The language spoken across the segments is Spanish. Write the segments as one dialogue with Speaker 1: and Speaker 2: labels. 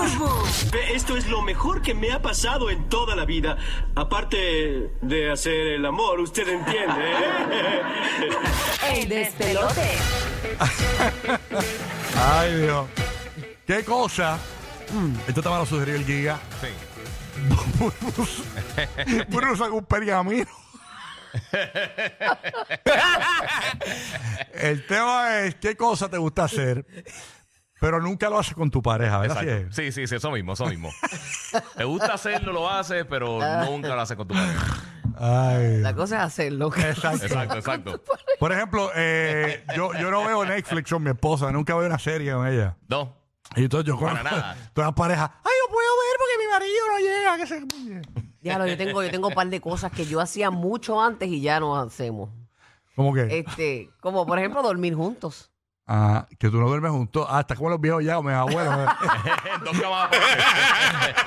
Speaker 1: Morbo.
Speaker 2: Esto es lo mejor que me ha pasado en toda la vida. Aparte de hacer el amor, usted entiende. ¿eh?
Speaker 1: El despelote.
Speaker 3: Ay, Dios. ¿Qué cosa? Esto te lo sugirió el Giga.
Speaker 4: Sí.
Speaker 3: Bruce Bruce sacó un pergamino. el tema es qué cosa te gusta hacer, pero nunca lo haces con tu pareja, ¿verdad? Así
Speaker 4: Exacto.
Speaker 3: es.
Speaker 4: Sí, sí, sí, eso mismo, eso mismo. Te gusta hacerlo, lo haces, pero
Speaker 5: Ah.
Speaker 4: nunca lo haces con tu pareja.
Speaker 3: Ay.
Speaker 5: La cosa es hacerlo.
Speaker 3: Exacto.
Speaker 4: Exacto, exacto.
Speaker 3: Por ejemplo, eh, yo, yo no veo Netflix con mi esposa, nunca veo una serie con ella.
Speaker 4: No.
Speaker 3: Y entonces yo con
Speaker 4: Para nada.
Speaker 3: todas las parejas, ay, no puedo ver porque mi marido no llega. Que se...
Speaker 5: Ya lo, yo tengo, yo tengo un par de cosas que yo hacía mucho antes y ya no hacemos.
Speaker 3: ¿Cómo que?
Speaker 5: Este, como por ejemplo dormir juntos.
Speaker 3: Ah, que tú no duermes juntos. Ah, estás como los viejos ya, o mis abuelos.
Speaker 4: Dos camas aparte.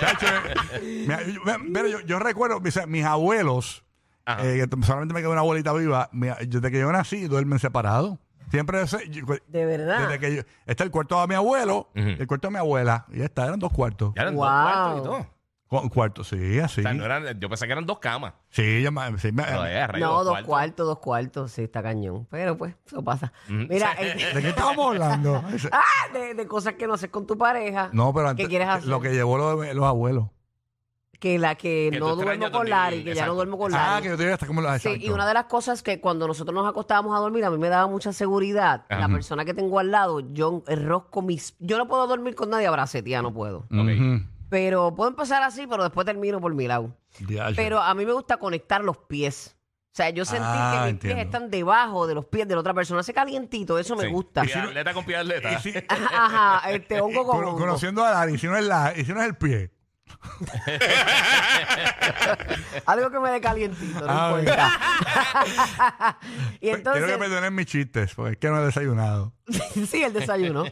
Speaker 3: Chacho, eh, me- yo- me- mira, yo, yo recuerdo, o sea, mis abuelos,
Speaker 4: Ajá.
Speaker 3: eh, que solamente me quedó una abuelita viva, mi- desde que yo nací duermen separados. Siempre ese- yo-
Speaker 5: De verdad.
Speaker 3: desde que yo- está el cuarto de mi abuelo,
Speaker 4: Ah. Ujú.
Speaker 3: el cuarto de mi abuela, y ya está, eran dos cuartos.
Speaker 4: Ya eran
Speaker 5: Wow.
Speaker 4: dos cuartos y todo. O
Speaker 3: Cu- Un cuarto, sí, así.
Speaker 4: sea, no eran, yo pensé que eran dos camas.
Speaker 3: Sí, ya me- sí, me-
Speaker 4: Pero, eh, rayos,
Speaker 5: Ah, No, dos cuartos. dos cuartos, sí, está cañón. Pero pues, eso pasa. Mira, este-
Speaker 3: ¿De qué estábamos hablando? Ese-
Speaker 5: ah, de, de cosas que no haces con tu pareja.
Speaker 3: No, pero
Speaker 5: ¿Qué
Speaker 3: antes,
Speaker 5: quieres hacer?
Speaker 3: lo que llevó lo de- los abuelos.
Speaker 5: Que la que,
Speaker 4: Que
Speaker 5: no
Speaker 4: tú extrañas
Speaker 5: duermo con
Speaker 4: dormir,
Speaker 5: Larry, que ya
Speaker 4: exacto.
Speaker 5: no duermo con
Speaker 3: Ah,
Speaker 5: Larry.
Speaker 3: que yo te digo hasta cómo los
Speaker 5: Sí, y
Speaker 3: exacto.
Speaker 5: una de las cosas que cuando nosotros nos acostábamos a dormir, a mí me daba mucha seguridad. La persona que tengo al lado, yo enrosco mis. Yo no puedo dormir con nadie abrazo, tía, no puedo.
Speaker 3: Ujú.
Speaker 5: Pero puedo empezar así, pero después termino por mi lado.
Speaker 3: Diache.
Speaker 5: Pero a mí me gusta conectar los pies. O sea, yo sentí
Speaker 3: Ah,
Speaker 5: que mis
Speaker 3: entiendo.
Speaker 5: pies están debajo de los pies de la otra persona. Hace calientito, eso me
Speaker 4: Sí.
Speaker 5: gusta.
Speaker 4: Piedaleta con piedaleta.
Speaker 3: Y si-
Speaker 5: Ajá, ajá, este hongo con
Speaker 3: Cono-
Speaker 5: hongo.
Speaker 3: conociendo a Larry, si no es la, y si no es el pie.
Speaker 5: Algo que me dé calientito, no
Speaker 3: Ah,
Speaker 5: importa. y
Speaker 3: pues, Quiero que
Speaker 5: entonces,
Speaker 3: perdonen mis chistes, porque es que no he desayunado.
Speaker 5: sí, el desayuno.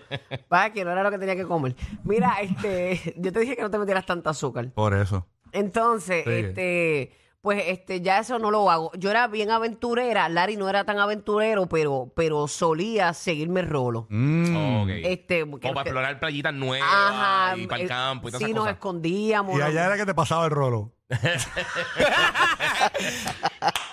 Speaker 5: Para que no era lo que tenía que comer. Mira, este, yo te dije que no te metieras tanta azúcar.
Speaker 3: Por eso.
Speaker 5: Entonces,
Speaker 3: Sigue.
Speaker 5: este, pues este, ya eso no lo hago. Yo era bien aventurera, Larry no era tan aventurero, pero, pero solía seguirme rolo.
Speaker 3: Mm.
Speaker 4: Ok.
Speaker 5: Este,
Speaker 4: Mm. Como
Speaker 5: que-
Speaker 4: para
Speaker 5: que-
Speaker 4: explorar playitas nuevas
Speaker 5: Ajá,
Speaker 4: y para el
Speaker 5: eh,
Speaker 4: campo y todas
Speaker 5: sí,
Speaker 4: esas
Speaker 5: nos
Speaker 4: cosas.
Speaker 5: escondíamos.
Speaker 3: Y
Speaker 5: nos-
Speaker 3: allá era que te pasaba el rolo.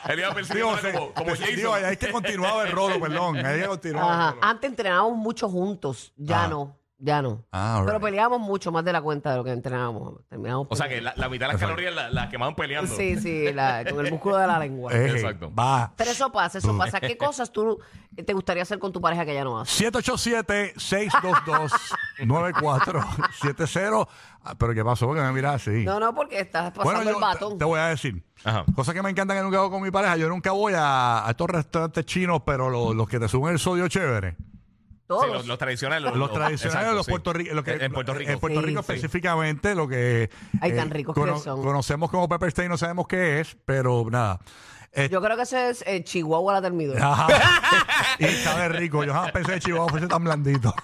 Speaker 4: Él iba persiguiendo
Speaker 3: Digo, se-
Speaker 4: como, como
Speaker 3: te- digo, allá
Speaker 4: Jason.
Speaker 3: es que continuaba el rolo, perdón. Ahí es que continuaba el
Speaker 5: Ajá.
Speaker 3: rolo.
Speaker 5: Antes entrenábamos mucho juntos, ya
Speaker 3: Ah.
Speaker 5: no, ya no.
Speaker 3: Ah, all
Speaker 5: Pero
Speaker 3: right.
Speaker 5: peleábamos mucho más de la cuenta de lo que entrenábamos. Terminamos
Speaker 4: O sea que la, la mitad de las calorías las las quemaban peleando.
Speaker 5: Sí, sí, la- con el músculo de la lengua.
Speaker 3: Ey,
Speaker 4: Exacto.
Speaker 3: Va.
Speaker 5: Pero eso pasa, eso pasa. ¿Qué cosas tú te gustaría hacer con tu pareja que ya no haces?
Speaker 3: 787-622-9470. Ah, Pero ¿qué pasó? Porque me miras así.
Speaker 5: No, no, porque estás pasando
Speaker 3: bueno, yo
Speaker 5: el
Speaker 3: te-
Speaker 5: batón.
Speaker 3: te voy a decir.
Speaker 4: Ajá.
Speaker 3: Cosas que me encantan que nunca hago con mi pareja. Yo nunca voy a, a estos restaurantes chinos, pero los, los que te suben el sodio chévere.
Speaker 5: Todos.
Speaker 4: Sí, los, los tradicionales.
Speaker 3: Los tradicionales,
Speaker 4: exacto,
Speaker 3: los
Speaker 4: sí.
Speaker 3: Puerto Rico.
Speaker 4: En en Puerto Rico.
Speaker 3: En Puerto
Speaker 5: Sí,
Speaker 3: Rico
Speaker 5: sí.
Speaker 3: específicamente, lo que. eh,
Speaker 5: Ay, tan ricos que son.
Speaker 3: Conocemos como Pepper Steak, no sabemos qué es, pero nada. Eh,
Speaker 5: Yo creo que eso es eh, Chihuahua la termidora.
Speaker 3: ajá. y sabe rico. Yo jamás pensé que Chihuahua fuese tan blandito.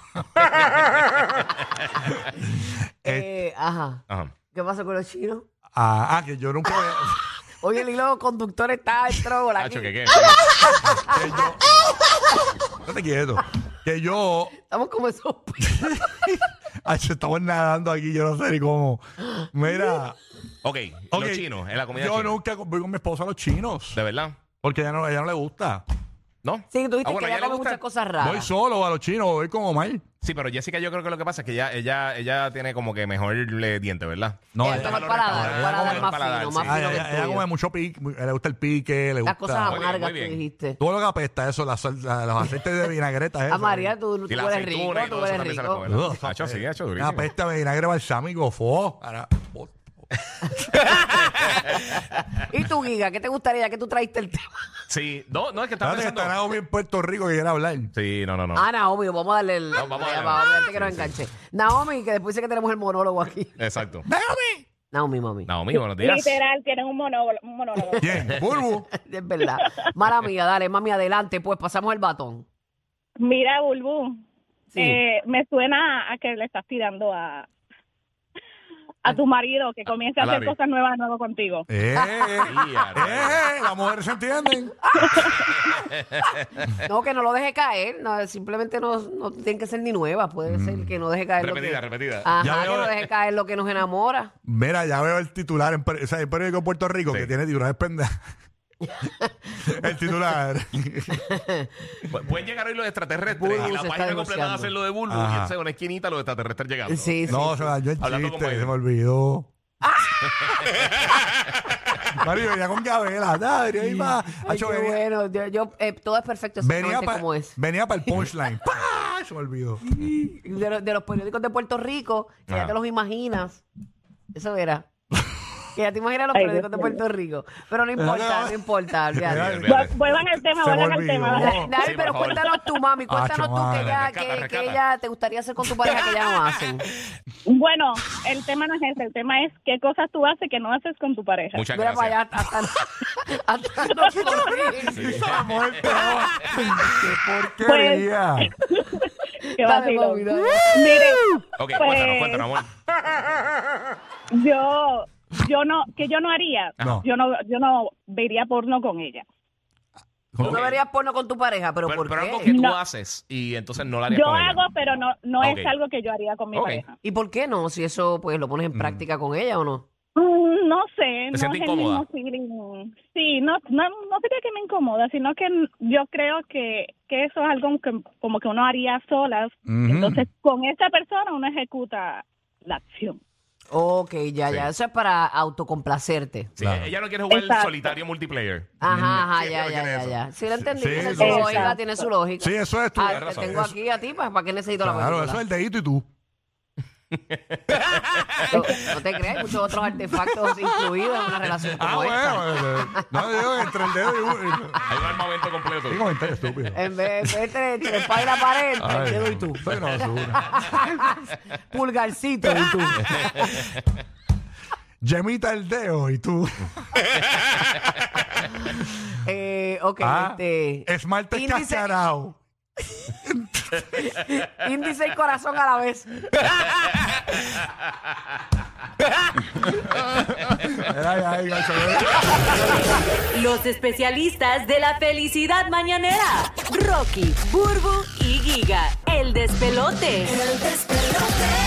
Speaker 5: Eh, ajá.
Speaker 4: Ajá.
Speaker 5: ¿Qué pasa con los chinos?
Speaker 3: Ah, ah, que yo nunca.
Speaker 5: Oye, el hilo conductor está en tróbola aquí.
Speaker 4: Nacho, que qué.
Speaker 5: Ah,
Speaker 3: que yo, no te quieto. Que yo.
Speaker 5: Estamos como esos...
Speaker 3: Ay, estamos nadando aquí, yo no sé ni cómo. Mira.
Speaker 4: Ok,
Speaker 3: ok,
Speaker 4: los chinos, en la comida
Speaker 3: Yo
Speaker 4: china.
Speaker 3: nunca voy con mi esposa a los chinos.
Speaker 4: ¿De verdad?
Speaker 3: Porque a ella no, a ella no le gusta.
Speaker 4: ¿No?
Speaker 5: Sí, tú
Speaker 4: Ah,
Speaker 5: dijiste
Speaker 4: bueno,
Speaker 5: que
Speaker 4: ¿a
Speaker 5: ya
Speaker 4: ella le
Speaker 5: come
Speaker 4: gusta?
Speaker 5: muchas cosas
Speaker 3: Voy
Speaker 5: raras.
Speaker 3: solo a los chinos, voy con Omar.
Speaker 4: Sí, pero Jessica yo creo que lo que pasa es que ella, ella, ella tiene como que mejor eh, diente, ¿verdad?
Speaker 3: No,
Speaker 5: Ella
Speaker 3: ella-
Speaker 5: toma el
Speaker 4: lo
Speaker 5: paladar,
Speaker 4: restaura,
Speaker 5: el
Speaker 4: ella
Speaker 5: paladar
Speaker 4: come
Speaker 5: más
Speaker 4: el paladar,
Speaker 5: fino,
Speaker 4: sí.
Speaker 5: más
Speaker 3: Ah,
Speaker 5: fino
Speaker 3: ella,
Speaker 5: que el
Speaker 3: ella
Speaker 5: tuyo.
Speaker 3: come mucho pique, le gusta el pique, le
Speaker 5: Las
Speaker 3: gusta.
Speaker 5: cosas
Speaker 4: Muy bien,
Speaker 5: amargas,
Speaker 4: muy
Speaker 5: tú
Speaker 4: bien.
Speaker 5: dijiste.
Speaker 3: Todo lo que apesta, eso, las sal- la- los aceites de vinagreta. eso. eh.
Speaker 5: A María, tú, tú
Speaker 4: Y la
Speaker 5: eres rico,
Speaker 4: aceituna y todo
Speaker 5: tú
Speaker 4: eso
Speaker 5: eres
Speaker 4: también se la
Speaker 5: rico.
Speaker 4: come.
Speaker 3: Ugh,
Speaker 4: Ha hecho así, ha hecho durísimo.
Speaker 3: Una pesta de vinagre balsámico, fo. Ahora, fo.
Speaker 5: ¿Y tú, Giga? ¿Qué te gustaría que tú traiste el tema?
Speaker 4: Sí, no, no, es que está
Speaker 3: Espérate que
Speaker 4: pensando...
Speaker 3: está Naomi en Puerto Rico que quiere hablar.
Speaker 4: Sí, no, no, no.
Speaker 5: Ah, Naomi, vamos a darle el...
Speaker 4: No, vamos a darle.
Speaker 5: Naomi, antes que nos enganche. Naomi, que después dice que tenemos el monólogo aquí.
Speaker 4: Exacto.
Speaker 5: Naomi, mami.
Speaker 4: Naomi, buenos días.
Speaker 6: Literal, tienen un monólogo. Un monólogo.
Speaker 3: ¿Quién? ¿Burbu?
Speaker 5: Es verdad. Mala mía, dale, mami, adelante, pues pasamos el batón.
Speaker 6: Mira, Bulbú,
Speaker 5: Sí.
Speaker 6: eh, me suena a que le estás tirando a, a tu marido que comience a,
Speaker 4: A
Speaker 6: hacer
Speaker 4: Larry.
Speaker 6: cosas nuevas de nuevo contigo.
Speaker 3: Eh, eh,
Speaker 4: Ya,
Speaker 3: eh, la mujer se entienden.
Speaker 5: No, que no lo deje caer. No, simplemente no, no tienen que ser ni nuevas. Puede ser que no deje caer. lo
Speaker 4: Repetida,
Speaker 5: que,
Speaker 4: repetida.
Speaker 3: Mm. Ya
Speaker 5: Ajá, que
Speaker 3: veo-
Speaker 5: no deje caer lo que nos enamora.
Speaker 3: Mira, ya veo el titular en per- o sea, el periódico de Puerto Rico
Speaker 4: Sí.
Speaker 3: que tiene titulares pendejas. el titular.
Speaker 4: Pu- Pueden llegar hoy los extraterrestres
Speaker 5: Bulbu
Speaker 4: y la
Speaker 5: se está
Speaker 4: página completa va a
Speaker 5: negociando.
Speaker 4: ser lo de Bulbu.
Speaker 3: Ajá.
Speaker 4: Y él se va a una esquinita los extraterrestres llegando.
Speaker 5: Sí, sí.
Speaker 3: no, se me dañó el
Speaker 4: Hablando con
Speaker 3: chiste,
Speaker 4: Biden.
Speaker 3: se me olvidó. Mario, venía con Gabriela. Dale, ahí va.
Speaker 5: Ay,
Speaker 3: Hacho,
Speaker 5: qué
Speaker 3: venía-
Speaker 5: bueno, yo, yo, eh, todo es perfecto,
Speaker 3: Venía
Speaker 5: exactamente
Speaker 3: para
Speaker 5: como es.
Speaker 3: venía para el punchline. ¡Pah! Se me olvidó. Mm.
Speaker 5: De, lo- de los periódicos de Puerto Rico, que
Speaker 3: Ah.
Speaker 4: Ajá.
Speaker 5: ya te los imaginas. Eso era. Que ya te imaginas los
Speaker 6: Ay,
Speaker 5: periódicos de
Speaker 6: Dios mío.
Speaker 5: Puerto Rico. Pero no importa,
Speaker 3: no.
Speaker 5: no importa. olvídate.
Speaker 3: Mira,
Speaker 6: Vu- Vuelvan al tema,
Speaker 3: Se me
Speaker 6: vuelvan al
Speaker 3: olvidó.
Speaker 6: tema.
Speaker 5: Dale,
Speaker 4: Sí,
Speaker 5: Dale,
Speaker 4: por
Speaker 5: pero
Speaker 4: favor.
Speaker 5: cuéntanos tú, mami, cuéntanos
Speaker 3: Acho,
Speaker 5: tú que
Speaker 3: madre.
Speaker 5: ya,
Speaker 4: Rescata,
Speaker 5: que,
Speaker 4: rescata.
Speaker 5: que ya te gustaría hacer con tu pareja que ya no hacen.
Speaker 6: Bueno, el tema no es ese, el tema es qué cosas tú haces que no haces con tu pareja.
Speaker 4: Muchas
Speaker 5: Mira para
Speaker 4: gracias.
Speaker 5: allá, hasta, hasta no morir.
Speaker 3: Estamos en peor. ¡Qué
Speaker 6: Pues-
Speaker 3: porquería!
Speaker 6: Qué
Speaker 5: Dale,
Speaker 6: vacilón.
Speaker 5: mami, dale.
Speaker 6: Mire,
Speaker 4: Ok,
Speaker 6: Pues-
Speaker 4: cuéntanos, cuéntanos, amor.
Speaker 6: yo yo no que yo no haría,
Speaker 3: No.
Speaker 6: yo no yo no vería porno con ella.
Speaker 5: Tú no verías porno con tu pareja, pero,
Speaker 4: Pero,
Speaker 5: ¿por
Speaker 4: pero algo
Speaker 5: qué?
Speaker 4: que tú
Speaker 6: No.
Speaker 4: haces y entonces no la harías
Speaker 6: Yo
Speaker 4: con ella.
Speaker 6: hago, pero no no
Speaker 4: Ok.
Speaker 6: es algo que yo haría con mi
Speaker 4: Ok.
Speaker 6: pareja.
Speaker 5: ¿Y por qué no? Si eso pues lo
Speaker 3: Mm.
Speaker 5: pones en práctica con ella o no.
Speaker 6: Mm, No sé, no es el
Speaker 4: sientes incómoda?
Speaker 6: mismo feeling. Sí, no, no, no sería que me incomoda, sino que yo creo que, que eso es algo que, como que uno haría solas.
Speaker 3: Ujú.
Speaker 6: Entonces, con esta persona uno ejecuta la acción.
Speaker 5: Ok, ya,
Speaker 4: Sí.
Speaker 5: ya. Eso es para autocomplacerte.
Speaker 4: Sí,
Speaker 3: Claro.
Speaker 4: Ella no quiere jugar
Speaker 6: Exacto.
Speaker 4: solitario multiplayer.
Speaker 5: Ajá, ajá,
Speaker 4: Sí,
Speaker 5: ya,
Speaker 4: ella
Speaker 5: ya,
Speaker 4: no
Speaker 5: ya,
Speaker 4: quiere
Speaker 5: ya. Sí, lo entendí.
Speaker 3: Mm. Sí,
Speaker 5: tiene
Speaker 3: sí,
Speaker 5: su
Speaker 6: sí.
Speaker 5: lógica, tiene su lógica.
Speaker 3: Sí, eso es tu.
Speaker 5: Ah,
Speaker 4: tienes
Speaker 5: te
Speaker 4: razón.
Speaker 5: tengo
Speaker 3: Eso-
Speaker 5: aquí a ti, pues, ¿para, para qué necesito
Speaker 3: Claro,
Speaker 5: la
Speaker 3: eso es el
Speaker 5: película?
Speaker 3: dedito y tú.
Speaker 5: No, no te creas, hay muchos otros artefactos incluidos en una relación como
Speaker 3: Ah,
Speaker 5: esta.
Speaker 3: bueno. eh, No, digo, entre el dedo y uno.
Speaker 4: Hay un armamento completo.
Speaker 3: Qué comentario estúpido.
Speaker 5: En vez en vez de entre el pa' y la pared, entre el
Speaker 3: Ay,
Speaker 5: dedo y tú.
Speaker 3: Soy una basura.
Speaker 5: Pulgarcito y tú.
Speaker 3: Yemita el dedo y tú.
Speaker 5: Eh, ok,
Speaker 3: Ah,
Speaker 5: este.
Speaker 3: esmalte
Speaker 5: índice,
Speaker 3: cascarao.
Speaker 5: índice y corazón a la vez.
Speaker 3: Era ya, ahí, gacho, eh.
Speaker 1: Los especialistas de la felicidad mañanera. Rocky, Burbu y Giga. El despelote. El despelote.